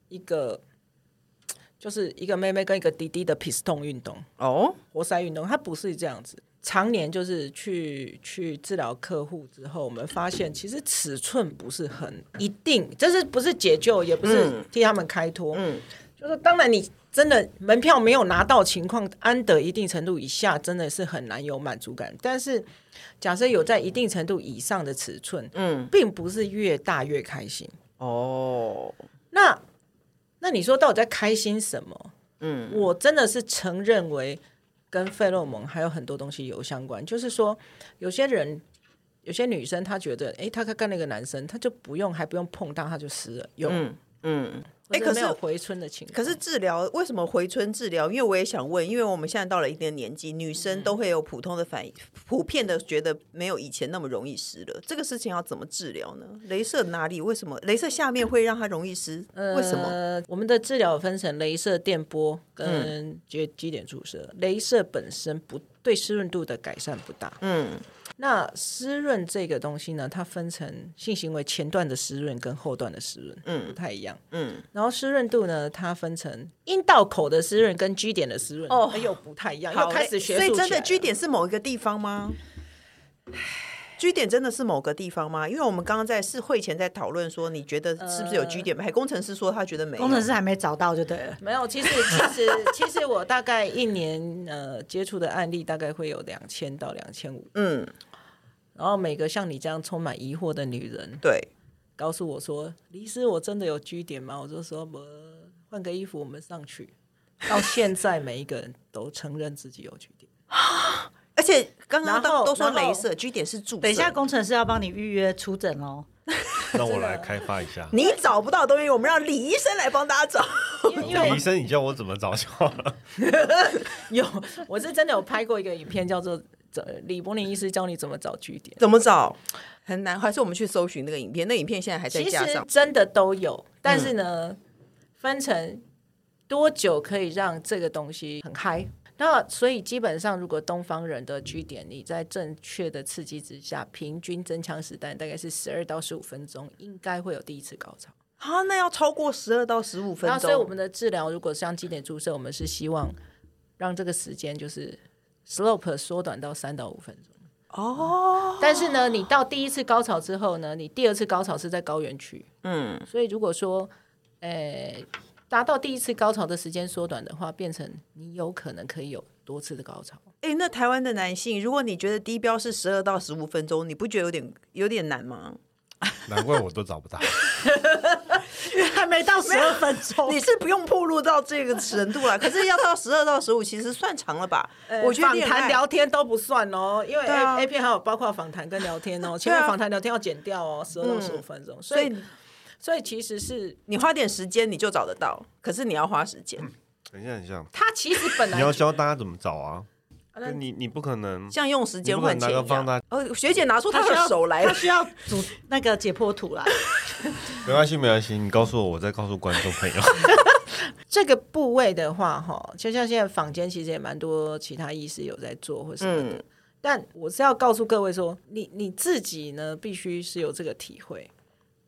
Speaker 2: 一个就是一个妹妹跟一个弟弟的 piston 运动，
Speaker 1: 哦，
Speaker 2: 活塞运动，它不是这样子。常年就是去去治疗客户之后，我们发现其实尺寸不是很一定，这是不是解救，也不是替他们开脱。
Speaker 1: 嗯
Speaker 2: 就是当然你真的门票没有拿到情况，安得一定程度以下，真的是很难有满足感。但是假设有在一定程度以上的尺寸，
Speaker 1: 嗯，
Speaker 2: 并不是越大越开心。
Speaker 1: 哦，
Speaker 2: 那那你说到底在开心什么？
Speaker 1: 嗯，
Speaker 2: 我真的是承认为跟费洛蒙还有很多东西有相关，就是说有些人。有些女生她觉得，诶，她跟那个男生，她就不用还不用碰到，她就湿了，有，
Speaker 1: 嗯嗯，哎
Speaker 2: 或者
Speaker 1: 可是
Speaker 2: 没有回春的情况。
Speaker 1: 可是治疗为什么回春治疗？因为我也想问，因为我们现在到了一定的年纪，女
Speaker 2: 嗯
Speaker 1: 生都会有普通的反应，普遍的觉得没有以前那么容易湿了。这个事情要怎么治疗呢？镭射哪里？为什么？镭射下面会让它容易湿？为什么？
Speaker 2: 呃，我们的治疗分成镭射、电波跟接基点注射。镭射本身不对湿润度的改善不大。
Speaker 1: 嗯
Speaker 2: 那湿润这个东西呢，它分成性行为前段的湿润跟后段的湿润，不
Speaker 1: 嗯
Speaker 2: 太一样。
Speaker 1: 嗯，
Speaker 2: 然后湿润度呢，它分成阴道口的湿润跟 G 点的湿润，
Speaker 1: 哦
Speaker 2: 哎又不太一样，
Speaker 1: 好
Speaker 2: 又开始学术
Speaker 1: 所以真
Speaker 2: 起
Speaker 1: 的
Speaker 2: 来了
Speaker 1: G 点是某一个地方 吗？G 点真的是某个地方吗？因为我们刚刚在是会前在讨论说，你觉得是不是有
Speaker 2: 呃
Speaker 1: G 点？还工程师说他觉得没有。
Speaker 3: 工程师还没找到就对了。
Speaker 2: 没有，其实其实其实我大概一年呃接触的案例大概会有两千到两千五
Speaker 1: 嗯，
Speaker 2: 然后每个像你这样充满疑惑的女人
Speaker 1: 对，
Speaker 2: 告诉我说：“李医师，我真的有 G 点吗？”我就说：“不，换个衣服，我们上去。”到现在，每一个人都承认自己有 G 点。
Speaker 1: 而且刚刚
Speaker 2: 然
Speaker 1: 都
Speaker 2: 后
Speaker 1: 都说
Speaker 2: 然后
Speaker 1: 镭射，G 点是注射。
Speaker 3: 等一下，工程师要帮你预约出诊哦。
Speaker 4: 让我来开发一下。
Speaker 1: 你找不到的东西，我们让李医生来帮大家找。
Speaker 2: 因为因
Speaker 4: 李医
Speaker 2: 为
Speaker 4: 生，你叫我怎么 找就好了。
Speaker 2: 有，我是真的有拍过一个影片，叫做《李伯宁医师教你怎么找 G 点》。
Speaker 1: 怎么找？很难，还是我们去搜寻那个影片？那影片现在还在
Speaker 2: 其
Speaker 1: 架
Speaker 2: 实
Speaker 1: 上。嗯
Speaker 2: 真的都有，但是呢，分成多久可以让这个东西很嗨？那所以基本上，如果东方人的据点，你在正确的刺激之下，平均增强时弹大概是十二到十五分钟，应该会有第一次高潮。
Speaker 1: 啊，那要超过十二到十五分
Speaker 2: 那
Speaker 1: 钟。
Speaker 2: 所以我们的治疗，如果像基点注射，我们是希望让这个时间就是 slope 缩短到三到五分钟。
Speaker 1: 哦，
Speaker 2: 但是呢，你到第一次高潮之后呢，你第二次高潮是在高原区，
Speaker 1: 嗯，
Speaker 2: 所以如果说，呃，达到第一次高潮的时间缩短的话，变成你有可能可以有多次的高潮。
Speaker 1: 哎、那台湾的男性，如果你觉得低标是十二到十五分钟，你不觉得有点有点难吗？
Speaker 4: 难怪我都找不到。
Speaker 3: 还没到十二分 钟，
Speaker 1: 你是不用暴露到这个程度啦，可是要到十二到十五，其实算长了吧？我觉得
Speaker 2: 访
Speaker 1: 恋
Speaker 2: 谈
Speaker 1: 爱
Speaker 2: 聊天都不算哦，因为 A,、
Speaker 1: 对啊
Speaker 2: A 片还有包括访谈跟聊天哦，前面访谈聊天要剪掉哦，十二到十五分钟，所
Speaker 1: 啊所以
Speaker 2: 以所以其实是
Speaker 1: 你花点时间你就找得到，可是你要花时间，
Speaker 4: 等一下，等一下，
Speaker 2: 它其实本
Speaker 4: 你
Speaker 2: 来
Speaker 4: 要教大家怎么找啊？
Speaker 2: 那
Speaker 4: 就你你不可能，
Speaker 1: 像用时
Speaker 4: 你
Speaker 1: 间
Speaker 4: 不可
Speaker 1: 换
Speaker 4: 能拿
Speaker 1: 钱
Speaker 4: 个
Speaker 1: 一
Speaker 4: 放
Speaker 1: 样。
Speaker 4: 大，
Speaker 1: 呃，学姐拿出她
Speaker 3: 他需要
Speaker 1: 的手来了
Speaker 3: 他，需要组那个解剖图啦。
Speaker 4: 没关系没关系，你告诉我，我再告诉观众 朋友。
Speaker 2: 这个部位的话，哈，就像现在坊间其实也蛮多其他医师有在做或什么的，
Speaker 1: 嗯
Speaker 2: 但我是要告诉各位说，你你自己呢必须是有这个体会，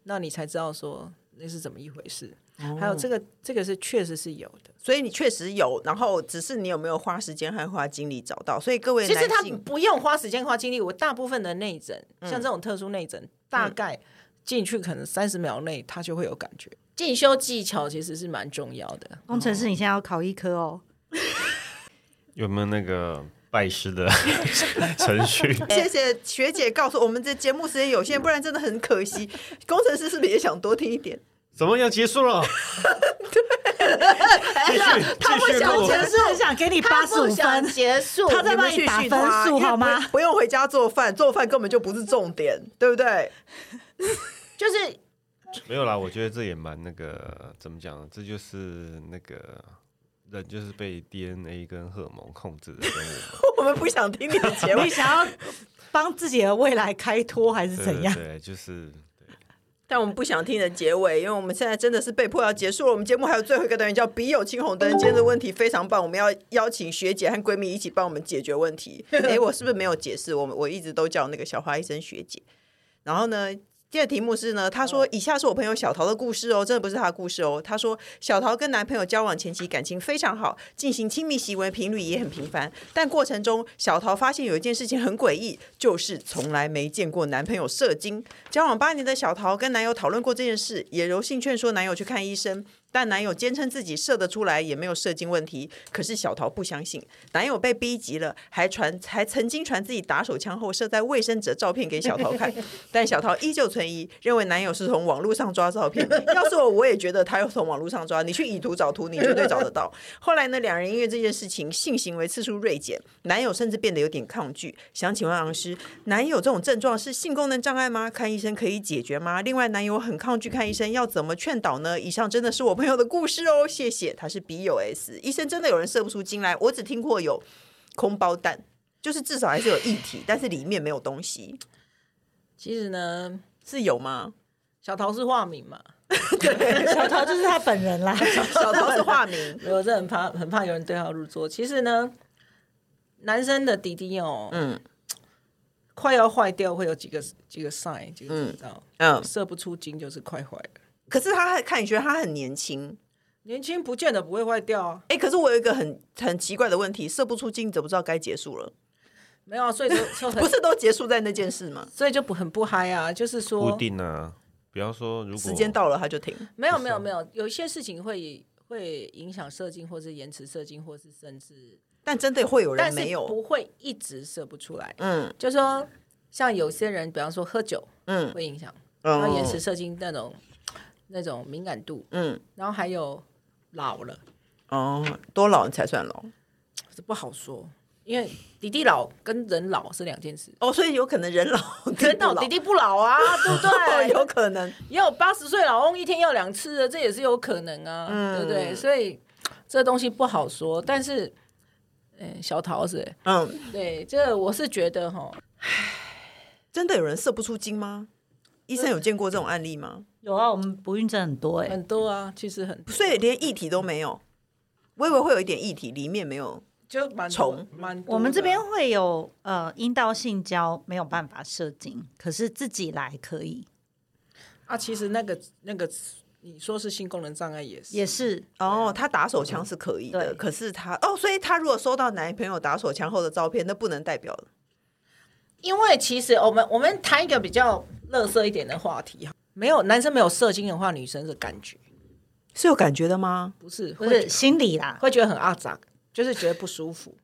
Speaker 2: 那你才知道说那是怎么一回事。还有这个这个是确实是有的，
Speaker 1: 所以你确实有，然后只是你有没有花时间和花精力找到？所以各位
Speaker 2: 其实
Speaker 1: 男
Speaker 2: 他
Speaker 1: 性，
Speaker 2: 不用花时间花精力，我大部分的内诊，像这种特殊内诊，大概进去可能三十秒内他就会有感觉。进修技巧其实是蛮重要的，
Speaker 3: 工程师，你现在要考一科哦。
Speaker 4: 有没有那个拜 师的程 序？
Speaker 1: 谢谢学姐告诉我们，这节目时间有限，不然真的很可惜。工程师是不是也想多听一点？
Speaker 4: 怎么要结束 了？继续
Speaker 2: 他不
Speaker 4: 继续
Speaker 2: 想
Speaker 4: 录
Speaker 3: 工。程师很想给你八十五分，
Speaker 2: 结束，
Speaker 3: 他在帮
Speaker 1: 们
Speaker 3: 你打分数好吗？
Speaker 1: 不用回家做饭，做饭根本就不是重点，对不对？
Speaker 2: 就是
Speaker 4: 没有啦，我觉得这也蛮那个，怎么讲呢？这就是那个人就是被 DNA 跟荷尔蒙控制的生物嘛。
Speaker 1: 我们不想听你的节 目
Speaker 3: 你，想要帮自己的未来开脱还是
Speaker 4: 对
Speaker 3: 怎
Speaker 4: 对
Speaker 3: 样？
Speaker 4: 对，就是对
Speaker 1: 但我们不想听你的结尾，因为我们现在真的是被迫要结束了。我们节目还有最后一个单元叫“笔友青红灯”，今天的问题非常棒，我们要邀请学姐和闺蜜一起帮我们解决问题。哎，我是不是没有解释？我们我一直都叫那个小花医生学姐。然后呢，第二题目是呢，他说以下是我朋友小桃的故事哦，真的不是她的故事哦。他说小桃跟男朋友交往前期感情非常好，进行亲密行为频率也很频繁，但过程中小桃发现有一件事情很诡异，就是从来没见过男朋友射精。交往八年的小桃跟男友讨论过这件事，也柔性劝说男友去看医生。但男友坚称自己射得出来，也没有射精问题。可是小桃不相信，男友被逼急了，还传还曾经传自己打手枪后射在卫生纸的照片给小桃看， 但小桃依旧存疑，认为男友是从网络上抓照片。 要是我，我也觉得他又从网络上抓。你去以图找图，你绝对找得到。 后来呢，两人因为这件事情性行为次数锐减，男友甚至变得有点抗拒。想请问昂师，男友这种症状是性功能障碍吗？看医生可以解决吗？另外，男友很抗拒看医生，要怎么劝导呢？以上真的是我朋友的故事哦，谢谢。他是笔友 S，医生真的有人射不出精来，我只听过有空包蛋，就是至少还是有液体，但是里面没有东西，
Speaker 2: 其实呢，
Speaker 1: 是有吗？
Speaker 2: 小桃是化名嘛，
Speaker 3: 小桃就是他本人啦。
Speaker 1: 小桃是化名，
Speaker 2: 我真的很怕，很怕有人对号入座。其实呢，男生的弟弟哦，
Speaker 1: 嗯
Speaker 2: 快要坏掉，会有几个几个 sign，几个
Speaker 1: 嗯
Speaker 2: 征兆，
Speaker 1: 嗯。
Speaker 2: 射不出精就是快坏了。
Speaker 1: 可是他还看你觉得他很年轻，
Speaker 2: 年轻不见得不会坏掉啊，
Speaker 1: 哎、可是我有一个很很奇怪的问题，射不出精，你怎么知道该结束了？
Speaker 2: 没有啊， 所以就就很
Speaker 1: 不是都结束在那件事吗？
Speaker 2: 所以就不很不嗨啊，就是
Speaker 4: 固
Speaker 2: 说
Speaker 4: 定啊。比方说，如果
Speaker 1: 时间到了他就停。
Speaker 2: 没有没有没有，有一些事情会会影响射精，或是延迟射精，或是甚至，
Speaker 1: 但真的会有
Speaker 2: 但
Speaker 1: 人
Speaker 2: 是
Speaker 1: 没有，
Speaker 2: 不会一直射不出来。
Speaker 1: 嗯
Speaker 2: 就说像有些人，比方说喝酒
Speaker 1: 嗯
Speaker 2: 会影响，然后延迟
Speaker 1: 嗯
Speaker 2: 射精那种那种敏感度，
Speaker 1: 嗯
Speaker 2: 然后还有老了，
Speaker 1: 哦，多老你才算老
Speaker 2: 这不好说，因为弟弟老跟人老是两件事。
Speaker 1: 哦，所以有可能人 老
Speaker 2: 人老
Speaker 1: 老
Speaker 2: 弟弟不老啊， 对不
Speaker 1: 哦，
Speaker 2: 对？
Speaker 1: 有可能
Speaker 2: 也有八十岁老翁一天要两次的，这也是有可能啊，对不对？所以这东西不好说，但是，嗯，小桃子，
Speaker 1: 嗯，
Speaker 2: 对，这我是觉得哈，
Speaker 1: 真的有人射不出精吗？医生有见过这种案例吗？
Speaker 3: 有啊，我们不孕症很多哎、
Speaker 2: 很多啊，其实很
Speaker 1: 所以连液体都没有，我以为会有一点液体，里面没有。
Speaker 2: 就蛮
Speaker 1: 虫
Speaker 2: 多蛮多的啊。
Speaker 3: 我们这边会有呃阴道性交没有办法射精，可是自己来可以，
Speaker 2: 啊，其实那个那个，你说是性功能障碍也是
Speaker 3: 也是
Speaker 1: 哦，他打手枪是可以的，
Speaker 3: 对
Speaker 1: 可是他哦，所以他如果收到男朋友打手枪后的照片，那不能代表了。
Speaker 2: 因为其实我们我们谈一个比较乐色一点的话题哈，没有男生没有射精的话，女生的感觉
Speaker 1: 是有感觉的吗？
Speaker 2: 不是
Speaker 3: 不
Speaker 2: 会
Speaker 3: 是心理啦？
Speaker 2: 会觉得很阿杂，就是觉得不舒服。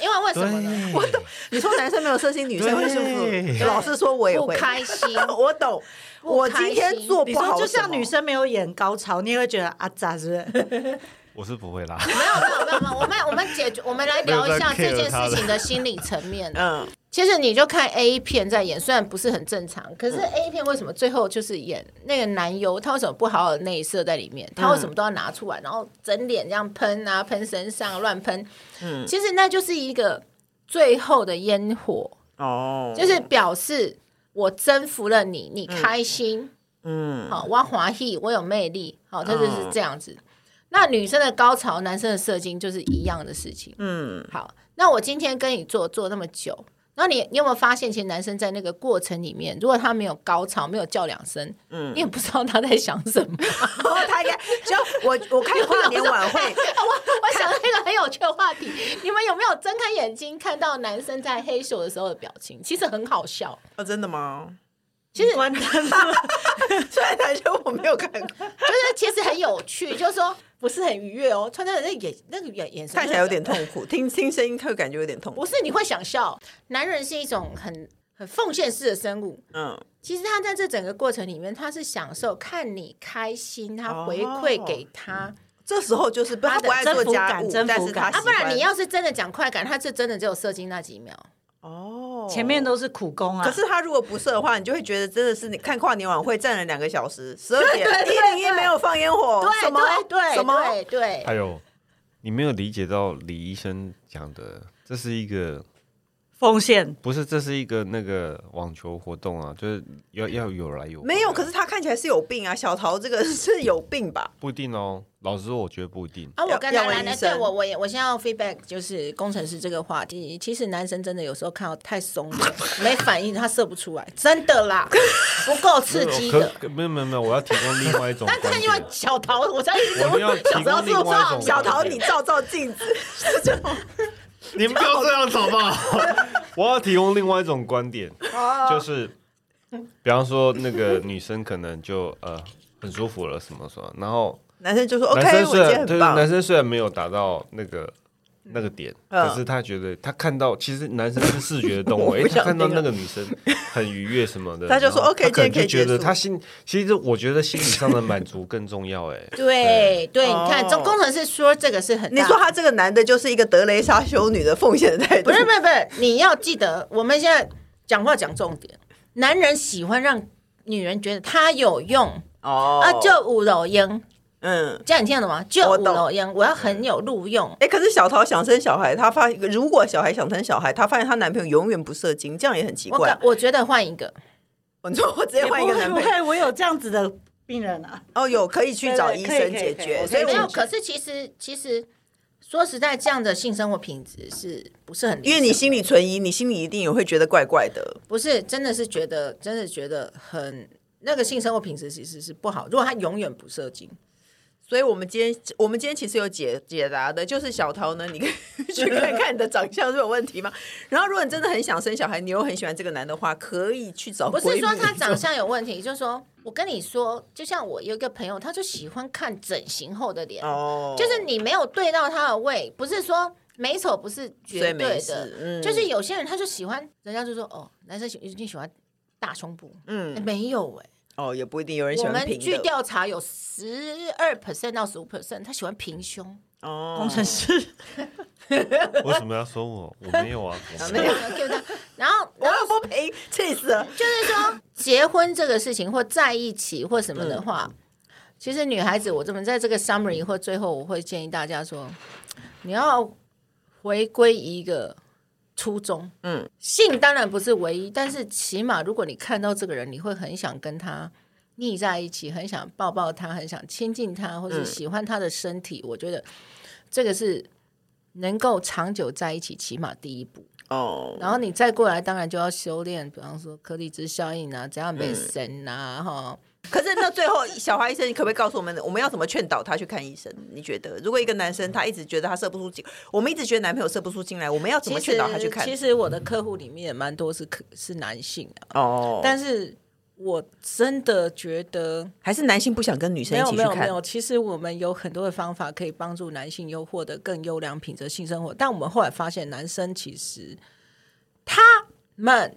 Speaker 2: 因为为什么呢？
Speaker 4: 对，
Speaker 1: 你说男生没有射精，女生会舒服？
Speaker 4: 对
Speaker 1: 老实说，我也
Speaker 5: 不
Speaker 1: 会。
Speaker 5: 开心，
Speaker 1: 我懂，我今天做
Speaker 3: 你
Speaker 1: 不
Speaker 3: 说
Speaker 1: 好，
Speaker 3: 就像女，生没有演高潮，你也会觉得啊咋是不是？
Speaker 4: 我是不会啦。
Speaker 5: 没有没有没有没有，我们我们解决，我们来聊一下这件事情的心理层 面。
Speaker 1: 嗯，
Speaker 5: 其实你就看 A 片在演，虽然不是很正
Speaker 1: 嗯
Speaker 5: 常，可是 A 片为什么最后就是演那个男优，他为什么不好好的内射在里面？
Speaker 1: 嗯
Speaker 5: 他为什么都要拿出来，然后整脸这样喷啊，喷身上乱喷？嗯，其实那就是一个最后的烟火，
Speaker 1: 哦，
Speaker 5: 就是表示我征服了你，你开心，
Speaker 1: 嗯，
Speaker 5: 好、我华裔，我有魅力，好、他就是
Speaker 1: 嗯
Speaker 5: 这样子。那女生的高潮，男生的射精就是一样的事情。
Speaker 1: 嗯，
Speaker 5: 好，那我今天跟你做做那么久，然后你你有没有发现，其实男生在那个过程里面，如果他没有高潮，没有叫两声，嗯，你也不知道他在想什么。
Speaker 1: 然后他应该就 我我看跨年晚会，
Speaker 5: 我想到一个很有趣的话题，你们有没有睁开眼睛看到男生在黑咻的时候的表情？其实很好笑。
Speaker 1: 哦，真的吗？
Speaker 5: 其实
Speaker 3: 关灯吗？
Speaker 1: 虽然男生我没有看过，
Speaker 5: 就是其实很有趣，就是说不是很愉悦哦。穿在那眼那个眼眼神
Speaker 1: 看起来有点，痛苦，听 听声音看感觉有点痛苦
Speaker 5: 不，是你会想笑。男人是一种很很奉献式的生物，
Speaker 1: 嗯，
Speaker 5: 其实他在这整个过程里面，他是享受看你开心，
Speaker 4: 哦
Speaker 5: 他回馈给
Speaker 4: 嗯
Speaker 5: 他。
Speaker 1: 这时候就是他不爱做家务，
Speaker 3: 征
Speaker 1: 但是他
Speaker 3: 服感征服感
Speaker 5: 啊，
Speaker 1: 喜
Speaker 5: 不
Speaker 1: 欢
Speaker 5: 然你要是真的讲快感，他这真的只有射精那几秒。
Speaker 1: 哦，
Speaker 3: 前面。都是苦工啊。
Speaker 1: 可是他如果不射的话，你就会觉得真的是你看跨年晚会站了两个小时，十二点
Speaker 5: 对对
Speaker 1: 一零一没有放烟
Speaker 4: 哦
Speaker 1: 火，
Speaker 5: 对
Speaker 1: 什么
Speaker 5: 对对，
Speaker 1: 什么
Speaker 5: 对对
Speaker 4: 哎还有，你没有理解到李医生讲的，这是一个
Speaker 3: 风险
Speaker 4: 不是，这是一个那个网球活动啊，就是要要有来有回啊
Speaker 1: 没有，可是他看起来是有病啊，小桃这个是有病吧？
Speaker 4: 不一定哦。老实说，我觉得不一定。
Speaker 2: 啊，我
Speaker 1: 要
Speaker 2: 跟
Speaker 1: 要
Speaker 2: 他
Speaker 1: 问
Speaker 2: 来
Speaker 1: 医
Speaker 2: 来，
Speaker 1: 生
Speaker 2: 对我我也我现在要 feedback 就是工程师这个话题，其实男生真的有时候看到太松 了，没反应，他射不出来，真的啦，不够刺激
Speaker 4: 可
Speaker 2: 的。
Speaker 4: 可没有没有没有，我要提供另外一种观
Speaker 2: 但
Speaker 4: 点。
Speaker 2: 看因为小桃，我在一直
Speaker 4: 我们要
Speaker 2: 小桃
Speaker 4: 提
Speaker 2: 是
Speaker 4: 供另外一种
Speaker 2: 上
Speaker 1: 小桃，你照照镜子，是这种
Speaker 4: 你们不要这样子好不好？我要提供另外一种 观点，
Speaker 1: 啊
Speaker 4: 就是，比方说那个女生可能就呃很舒服了什么什么，然后
Speaker 1: 男生就说
Speaker 4: 男
Speaker 1: OK，
Speaker 4: 生
Speaker 1: 我
Speaker 4: 虽
Speaker 1: 觉
Speaker 4: 然
Speaker 1: 得
Speaker 4: 对
Speaker 1: 很棒。
Speaker 4: 男生虽然没有达到那个。那个点，
Speaker 1: 嗯
Speaker 4: 可是他觉得他看到，其实男生是视觉 的动物，哎、他看到那个女生很愉悦什么的，
Speaker 1: 啊他就说
Speaker 4: 然后
Speaker 1: OK，
Speaker 4: 他可
Speaker 1: 今
Speaker 4: 能
Speaker 1: 天可以
Speaker 4: 就
Speaker 1: 结
Speaker 4: 觉得
Speaker 1: 束
Speaker 4: 他心，其实我觉得心理上的满足更重要， 哎，
Speaker 2: 对对，
Speaker 1: 哦
Speaker 2: 你看，这工程师说这个是很
Speaker 1: 你
Speaker 2: 大
Speaker 1: 说他这个男的就是一个德雷莎修女的奉献的态度，
Speaker 2: 不是不是不是，你要记得，我们现在讲话讲重点，男人喜欢让女人觉得他有用
Speaker 1: 哦
Speaker 2: 啊，就五楼英，
Speaker 1: 嗯。
Speaker 2: 这样你听得懂吗？就
Speaker 1: 我
Speaker 2: 五
Speaker 1: 懂嗯
Speaker 2: 楼英，我要很有录用。
Speaker 1: 哎，可是小桃想生小孩，她发如果小孩想生小孩，她发现她男朋友永远不射精，这样也很奇
Speaker 2: 我
Speaker 1: 怪
Speaker 2: 感。我觉得换一个，
Speaker 1: 我说我直接换一个男朋友，
Speaker 3: 对，我有这样子的病人啊，
Speaker 1: 哦，有可以去找医生
Speaker 3: 对对可
Speaker 1: 解
Speaker 3: 以可以可
Speaker 1: 决，
Speaker 3: 以
Speaker 1: 所以
Speaker 2: 没有。
Speaker 1: 我
Speaker 2: 可是其实其实说实在，这样的性生活品质是不是很理
Speaker 1: 因
Speaker 2: 想？
Speaker 1: 为你心里存疑，你心里一定也会觉得怪怪的。
Speaker 2: 不是真的是觉得真的觉得很那个性生活品质其实是不好。如果他永远不射精，
Speaker 1: 所以我们今天我们今天其实有解解答的，就是小桃呢，你可 以去看看你的长相是有问题吗？然后如果你真的很想生小孩，你又很喜欢这个男的话，可以去找
Speaker 2: 不
Speaker 1: 闺
Speaker 2: 是
Speaker 1: 蜜
Speaker 2: 说他长相有问题，就是说我跟你说，就像我有一个朋友，他就喜欢看整形后的脸，
Speaker 1: 哦，
Speaker 2: 就是你没有对到他的位，不是说美丑不是
Speaker 1: 所以
Speaker 2: 绝
Speaker 1: 没
Speaker 2: 对
Speaker 1: 事
Speaker 2: 的，，
Speaker 1: 嗯，
Speaker 2: 就是有些人他就喜欢，人家就说哦，男生喜一定喜欢大胸部，
Speaker 1: 嗯
Speaker 2: 没有哎、
Speaker 1: 哦，也不一定有人喜
Speaker 2: 我
Speaker 1: 欢
Speaker 2: 们
Speaker 1: 平
Speaker 2: 去
Speaker 1: 的
Speaker 2: 调查有十二 percent 到十五 percent，他喜欢平胸，
Speaker 1: 哦，
Speaker 3: 工程师
Speaker 4: 为什么要说我？我没有啊，我 没
Speaker 2: 对
Speaker 4: 有。
Speaker 2: 吧然后
Speaker 1: 我又不平，气死了。
Speaker 2: 就是说，结婚这个事情或在一起或什么的话，其实女孩子，我怎么在这个 summary 或最后，我会建议大家说，你要回归一个初衷。
Speaker 1: 嗯，
Speaker 2: 性当然不是唯一，但是起码如果你看到这个人，你会很想跟他腻在一起，很想抱抱他，很想亲近他，或是喜欢他的身体。我觉得这个是能够长久在一起，起码第一步。
Speaker 1: 哦，
Speaker 2: 然后你再过来，当然就要修炼，比方说颗粒之效应啊，怎样
Speaker 6: 嗯
Speaker 2: 美神啊，哈、
Speaker 1: 可是那最后，小花医生，你可不可以告诉我们，我们要怎么劝导他去看医生？你觉得，如果一个男生他一直觉得他射不出精，我们一直觉得男朋友射不出精来，我们要怎么
Speaker 6: 其
Speaker 1: 劝
Speaker 6: 实
Speaker 1: 导他去看？
Speaker 6: 其实我的客户里面也蛮多是客是男性啊，
Speaker 1: 哦，
Speaker 6: 但是我真的觉得
Speaker 1: 还是男性不想跟女
Speaker 6: 没
Speaker 1: 生一
Speaker 6: 有
Speaker 1: 起
Speaker 6: 没
Speaker 1: 去
Speaker 6: 有没
Speaker 1: 看。
Speaker 6: 有，其实我们有很多的方法可以帮助男性又获得更优良品质的性生活，但我们后来发现，男生其实他们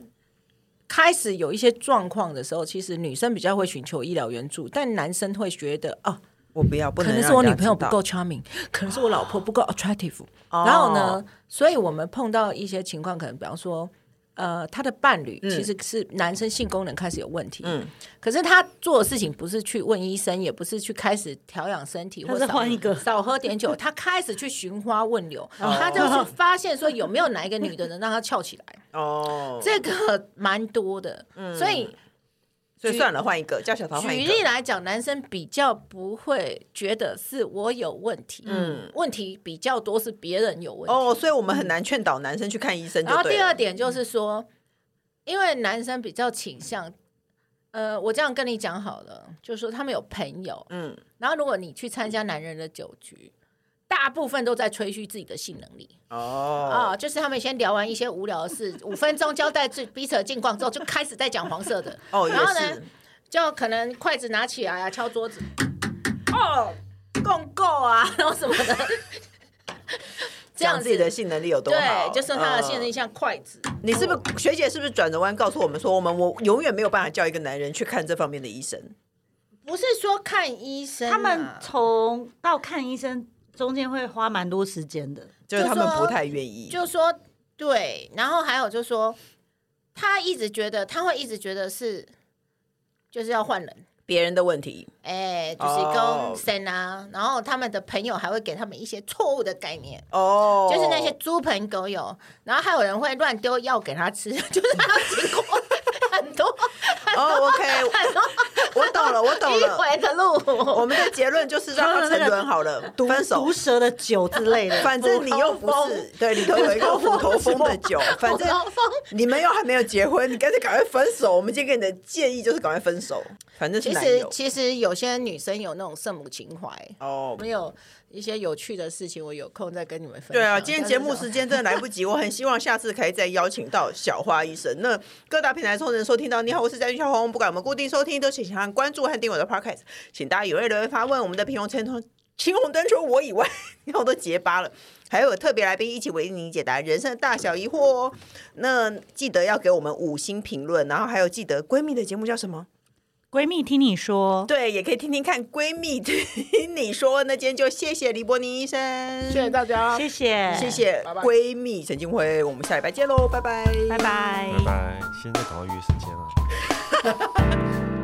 Speaker 6: 开始有一些状况的时候，其实女生比较会寻求医疗援助，但男生会觉得哦，
Speaker 1: 我不要，不
Speaker 6: 可能
Speaker 1: 让
Speaker 6: 是我
Speaker 1: 人
Speaker 6: 女
Speaker 1: 家
Speaker 6: 朋友
Speaker 1: 知
Speaker 6: 不
Speaker 1: 道哦
Speaker 6: 够 charming，可能是我老婆不够 attractive。然后呢，所以我们碰到一些情况，可能比方说，呃，他的伴侣其实是男生性功能开始有问题，
Speaker 1: 嗯
Speaker 6: 可是他做的事情不是去问医生，也不是去开始调养身体，
Speaker 3: 他
Speaker 6: 或
Speaker 3: 是
Speaker 6: 少
Speaker 3: 换 一个
Speaker 6: 少喝点酒，他开始去寻花问 柳，他就是发现说有没有哪一个女的能让他翘起来，
Speaker 1: 哦，
Speaker 2: 这个蛮多的。
Speaker 1: 嗯
Speaker 2: 所以
Speaker 1: 所以算了，换一个，叫小桃换
Speaker 2: 举
Speaker 1: 一个。
Speaker 2: 例来讲，男生比较不会觉得是我有问题，嗯，问题比较多是别人有问题。
Speaker 1: 哦，所以我们很难劝导男生去看医生
Speaker 2: 然
Speaker 1: 就
Speaker 2: 后
Speaker 1: 对
Speaker 2: 第
Speaker 1: 了。
Speaker 2: 二点就是说，因为男生比较倾向，呃，我这样跟你讲好了，就是说他们有朋友，
Speaker 1: 嗯，
Speaker 2: 然后如果你去参加男人的酒局，大部分都在吹嘘自己的性能力啊、
Speaker 1: 哦，
Speaker 2: 就是他们先聊完一些无聊的事，五分钟交代自彼此的近况之后，就开始在讲黄色的，
Speaker 1: 哦，也
Speaker 2: 然后
Speaker 1: 是
Speaker 2: 呢，就可能筷子拿起来啊，敲桌子，哦，共购啊， 然后什么的，这样
Speaker 1: 讲
Speaker 2: 子
Speaker 1: 自己的性能力有多好，
Speaker 2: 对，就是他的性能力
Speaker 1: 嗯
Speaker 2: 像筷子。
Speaker 1: 你是不是学姐？是不是转着弯告诉我们说，我们我永远没有办法叫一个男人去看这方面的医生？
Speaker 2: 不是说看医生啊、
Speaker 3: 他们从到看医生中间会花蛮多时间的，
Speaker 1: 就是
Speaker 2: 就
Speaker 1: 他们
Speaker 2: 说
Speaker 1: 不太愿意。
Speaker 2: 就说对，然后还有就说，他一直觉得他会一直觉得是就是要换人，
Speaker 1: 别人的问题，
Speaker 2: 哎，就是
Speaker 1: 哦
Speaker 2: 公生啊，然后他们的朋友还会给他们一些错误的概念。
Speaker 1: 哦，
Speaker 2: 就是那些猪朋狗友，然后还有人会乱丢药给他吃， 就是他经过很多
Speaker 1: 哦，OK，
Speaker 2: 很多
Speaker 1: 我懂了，我 懂
Speaker 2: 迂
Speaker 1: 了。
Speaker 2: 回的
Speaker 1: 我
Speaker 2: 路。
Speaker 1: 们的结论就是让他沉沦好了，
Speaker 3: 毒
Speaker 1: 分手
Speaker 3: 毒。蛇的酒之类的，
Speaker 1: 反正你又不是对里头有一个虎头蜂的 酒，反正
Speaker 2: 虎头蜂
Speaker 1: 你们又还没有结婚，你干脆赶快分手。我们今天给你的建议就是赶快分手，反正是
Speaker 2: 其
Speaker 1: 男
Speaker 2: 实
Speaker 1: 友
Speaker 2: 其实有些女生有那种圣母情怀。
Speaker 1: 哦
Speaker 2: 我。们有一些有趣的事情，我有空再跟你们分享。
Speaker 1: 对啊，今天节目时
Speaker 2: 是
Speaker 1: 间真的来不及，我很希望下次可以再邀请到小花医生。那各大平台都能收听到。你好，我是在玉小红，不管我们固定收听，都请请按关注和订阅我的 podcast。请大家踊跃留言发问。我们的平红陈同秦红灯除了我以外，然后都结巴了。还有特别来宾一起为您解答人生的大小疑惑哦。那记得要给我们五星评论，然后还有记得闺蜜的节目叫什么？
Speaker 3: 闺蜜听你说，
Speaker 1: 对，也可以听听看闺蜜 听你说。那今天就谢谢李伯尼医生，
Speaker 2: 谢谢大家，
Speaker 3: 谢谢，
Speaker 1: 啊谢，谢
Speaker 2: 拜拜
Speaker 1: 闺蜜陈金辉，我们下礼拜见喽，拜拜，
Speaker 3: 拜拜
Speaker 4: 拜拜，现在赶快约时间啊。